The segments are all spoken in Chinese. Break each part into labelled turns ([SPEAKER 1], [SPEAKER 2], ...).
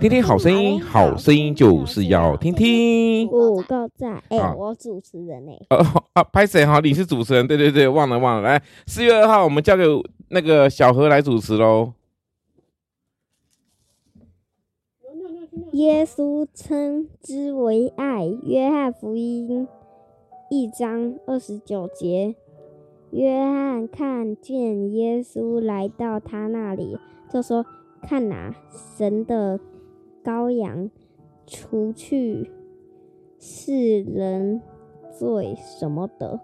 [SPEAKER 1] 听听好声音，好声音就是要听听。
[SPEAKER 2] 五个赞，哎、
[SPEAKER 1] 啊
[SPEAKER 2] 我主持人哎、
[SPEAKER 1] 呃 啊，拍谁哈？你是主持人，对对对，忘了忘了。来，四月二号我们交给那个小何来主持喽。
[SPEAKER 2] 耶稣称之为爱，约翰福音一章二十九节。约翰看见耶稣来到他那里，就说：“看哪、神的羔羊，除去世人罪什么的。”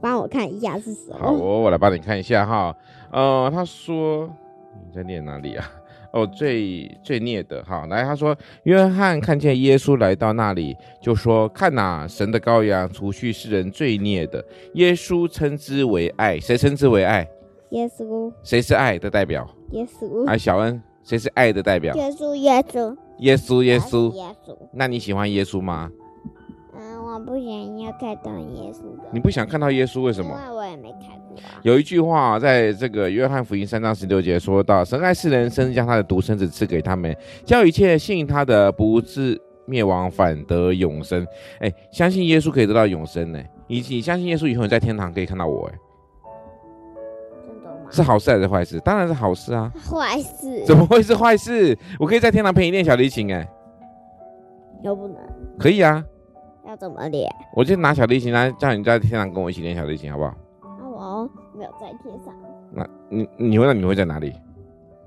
[SPEAKER 2] 帮我看一下是什
[SPEAKER 1] 好
[SPEAKER 2] 么？
[SPEAKER 1] 哦，我来帮你看一下哈。呃，他说你在念哪里啊？ 哦，最最孽的哈。来，他说，约翰看见耶稣来到那里，就说：“看哪、神的羔羊，除去世人罪孽的。”耶稣称之为爱，谁称之为爱？
[SPEAKER 2] 耶稣，
[SPEAKER 1] 谁是爱的代表？
[SPEAKER 2] 耶稣，
[SPEAKER 1] 哎，小恩，谁是爱的代表？
[SPEAKER 2] 耶稣，耶稣，
[SPEAKER 1] 耶稣，耶稣。
[SPEAKER 2] 耶稣。
[SPEAKER 1] 那你喜欢耶稣吗？
[SPEAKER 2] 嗯，我不想要看到耶稣的。
[SPEAKER 1] 你不想看到耶稣，为什么？
[SPEAKER 2] 因为我也没看过啊。
[SPEAKER 1] 有一句话，在这个约翰福音三章十六节说到：“神爱世人，甚至将他的独生子赐给他们，叫一切信他的不至灭亡，反得永生。”哎，相信耶稣可以得到永生呢。你你相信耶稣以后，你在天堂可以看到我，哎，
[SPEAKER 2] 真的吗
[SPEAKER 1] 是好事还是坏事？当然是好事啊，
[SPEAKER 2] 坏事
[SPEAKER 1] 怎么会是坏事？我可以在天堂陪你练小提琴，哎，
[SPEAKER 2] 又不能，
[SPEAKER 1] 可以啊，
[SPEAKER 2] 要怎么练？
[SPEAKER 1] 我就拿小提琴来叫你在天堂跟我一起练小提琴，好不好？
[SPEAKER 2] 啊，我没有在天上，
[SPEAKER 1] 那你你会那你会在哪里？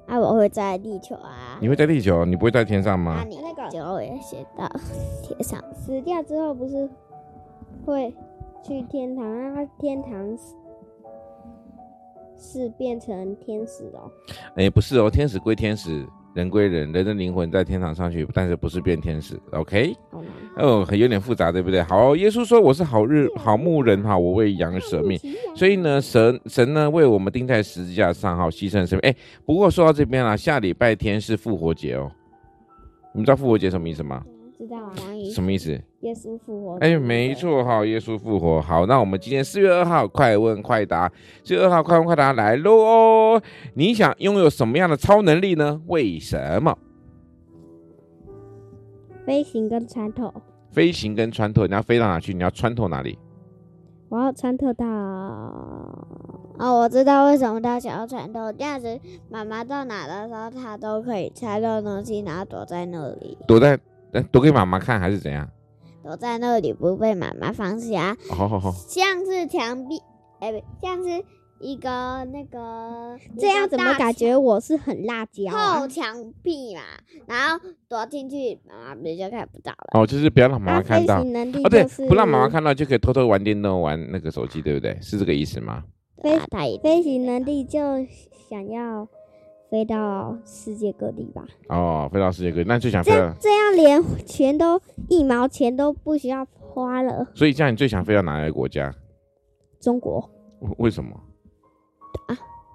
[SPEAKER 2] 啊，我会在地球啊。
[SPEAKER 1] 你会在地球，你不会在天上吗？
[SPEAKER 2] 啊，你那个就也写到天上。死掉之后不是会去天堂啊？天堂是是变成天使哦。
[SPEAKER 1] 哎，不是哦，天使归天使，人归人，人的灵魂在天堂上去，但是不是变天使？OK？
[SPEAKER 2] 好难。
[SPEAKER 1] 哦，很有点复杂，对不对？好，耶稣说我是好日好牧人哈，我为羊舍命。
[SPEAKER 2] 啊
[SPEAKER 1] 所以呢，神神呢为我们钉在十字架上哈，牺牲生命。哎，不过说到这边啦，下礼拜天是复活节哦。你们知道复活节什么意思吗？
[SPEAKER 2] 知道啊，关于
[SPEAKER 1] 什么意思？
[SPEAKER 2] 耶稣复
[SPEAKER 3] 哦
[SPEAKER 2] 活。
[SPEAKER 1] 哎，没。错哈，耶稣复活。好，那我们今天四月二号快问快答，四月二号快问快答来喽哦！你想拥有什么样的超能力呢？为什么？
[SPEAKER 2] 飞行跟穿透，
[SPEAKER 1] 飞行跟穿透，你要飞到哪去？你要穿透哪里？
[SPEAKER 2] 我要穿透到。哦，我知道为什么他想要穿透，这样子妈妈到哪的时候，他都可以拆到东西，然后躲在那里，
[SPEAKER 1] 躲在呃躲给妈妈看还是怎样？
[SPEAKER 2] 躲在那里不被妈妈放下，
[SPEAKER 1] 好好好，
[SPEAKER 2] 像是墙壁，哎、不，像是一个那个
[SPEAKER 3] 这样怎么感觉我是很辣椒、啊？
[SPEAKER 2] 后墙壁嘛？然后躲进去，妈妈不就看不到了？
[SPEAKER 1] 哦，就是不要让妈妈看到
[SPEAKER 3] 飞行能力
[SPEAKER 1] 哦，对
[SPEAKER 3] 就是、，
[SPEAKER 1] 不让妈妈。看到就可以偷偷玩电动、玩那个手机，对不对？是这个意思吗？
[SPEAKER 2] 对
[SPEAKER 3] 飞
[SPEAKER 2] 啊，他也
[SPEAKER 3] 飞行能力就想要飞到世界各地吧？
[SPEAKER 1] 哦，飞到世界各地，那最想飞到，
[SPEAKER 3] 这样连钱都一毛钱都不需要花了。
[SPEAKER 1] 所以这样你最想飞到哪一个国家？
[SPEAKER 3] 中国
[SPEAKER 1] 为为什么？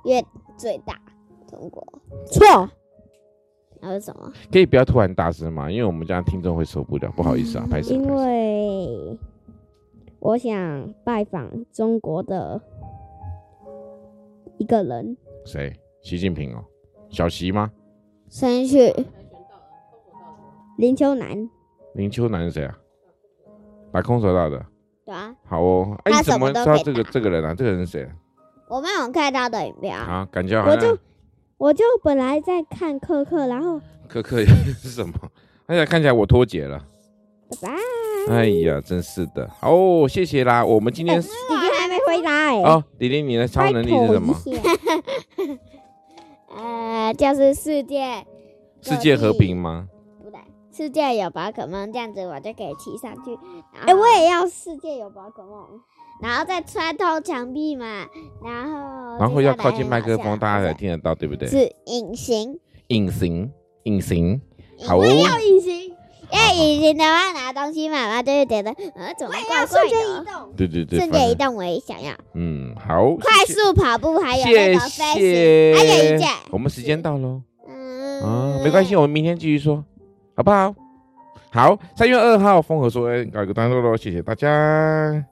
[SPEAKER 2] 越最大，中国
[SPEAKER 3] 错，
[SPEAKER 2] 还有什么？
[SPEAKER 1] 可以不要突然大声嘛，因为我们这样听众会受不了，不好意思
[SPEAKER 2] 嗯
[SPEAKER 1] 啊，拍手。
[SPEAKER 3] 因
[SPEAKER 1] 拍手
[SPEAKER 3] 为我想拜访中国的一个人，
[SPEAKER 1] 谁？习近平哦，小习吗？
[SPEAKER 2] 先去
[SPEAKER 3] 林秋楠。
[SPEAKER 1] 林秋楠是谁啊？把空手道的。
[SPEAKER 2] 对啊，
[SPEAKER 1] 好哦，哎，
[SPEAKER 2] 他
[SPEAKER 1] 你怎
[SPEAKER 2] 什
[SPEAKER 1] 么
[SPEAKER 2] 么
[SPEAKER 1] 知
[SPEAKER 2] 都
[SPEAKER 1] 道
[SPEAKER 2] 可以
[SPEAKER 1] 这个
[SPEAKER 2] 打
[SPEAKER 1] 这个人啊？这个人是谁啊？
[SPEAKER 2] 我没有看到的影片啊，
[SPEAKER 1] 啊，感觉好
[SPEAKER 3] 我就
[SPEAKER 1] 像
[SPEAKER 3] 我就本来在看克克，然后
[SPEAKER 1] 可可是什么？ 哎呀，看起来我脱节了。
[SPEAKER 3] 拜拜，
[SPEAKER 1] 哎呀，真是的。好哦，谢谢啦。我们今天
[SPEAKER 3] 弟弟还没回答哎、
[SPEAKER 1] 哦，迪迪，你的超能力是什么？
[SPEAKER 3] 拜托一下
[SPEAKER 2] 呃，就是世界
[SPEAKER 1] 世界和
[SPEAKER 2] 各地
[SPEAKER 1] 平吗？
[SPEAKER 2] 不对，世界有宝可梦，这样子我就可以骑上去。哎
[SPEAKER 3] 哎、我也要世界有宝可梦。
[SPEAKER 2] 然后再穿透墙壁嘛，然后
[SPEAKER 1] 然后
[SPEAKER 2] 接下
[SPEAKER 1] 要
[SPEAKER 2] 来
[SPEAKER 1] 靠近麦克
[SPEAKER 2] 好
[SPEAKER 1] 风，
[SPEAKER 2] 像
[SPEAKER 1] 大家才听得到，对不对？
[SPEAKER 2] 是隐形，
[SPEAKER 1] 隐形，隐形。好哦
[SPEAKER 2] 因，为要哎隐形，因为隐形的话拿东西嘛，妈妈就会觉得呃怎么怪怪的。
[SPEAKER 3] 动，
[SPEAKER 1] 对对对，
[SPEAKER 2] 瞬
[SPEAKER 1] 反
[SPEAKER 2] 间移
[SPEAKER 1] 正
[SPEAKER 2] 动我也想要，
[SPEAKER 1] 嗯，好，
[SPEAKER 2] 快
[SPEAKER 1] 谢谢
[SPEAKER 2] 速跑步还有那
[SPEAKER 1] 谢
[SPEAKER 2] 个飞行，
[SPEAKER 1] 谢，
[SPEAKER 2] 还有一件
[SPEAKER 1] 我们时间到喽
[SPEAKER 2] 嗯
[SPEAKER 1] 啊，没关系，我们明天继续说，好不好？好，三月二号，风和说，哎，搞一个段落喽，谢谢大家。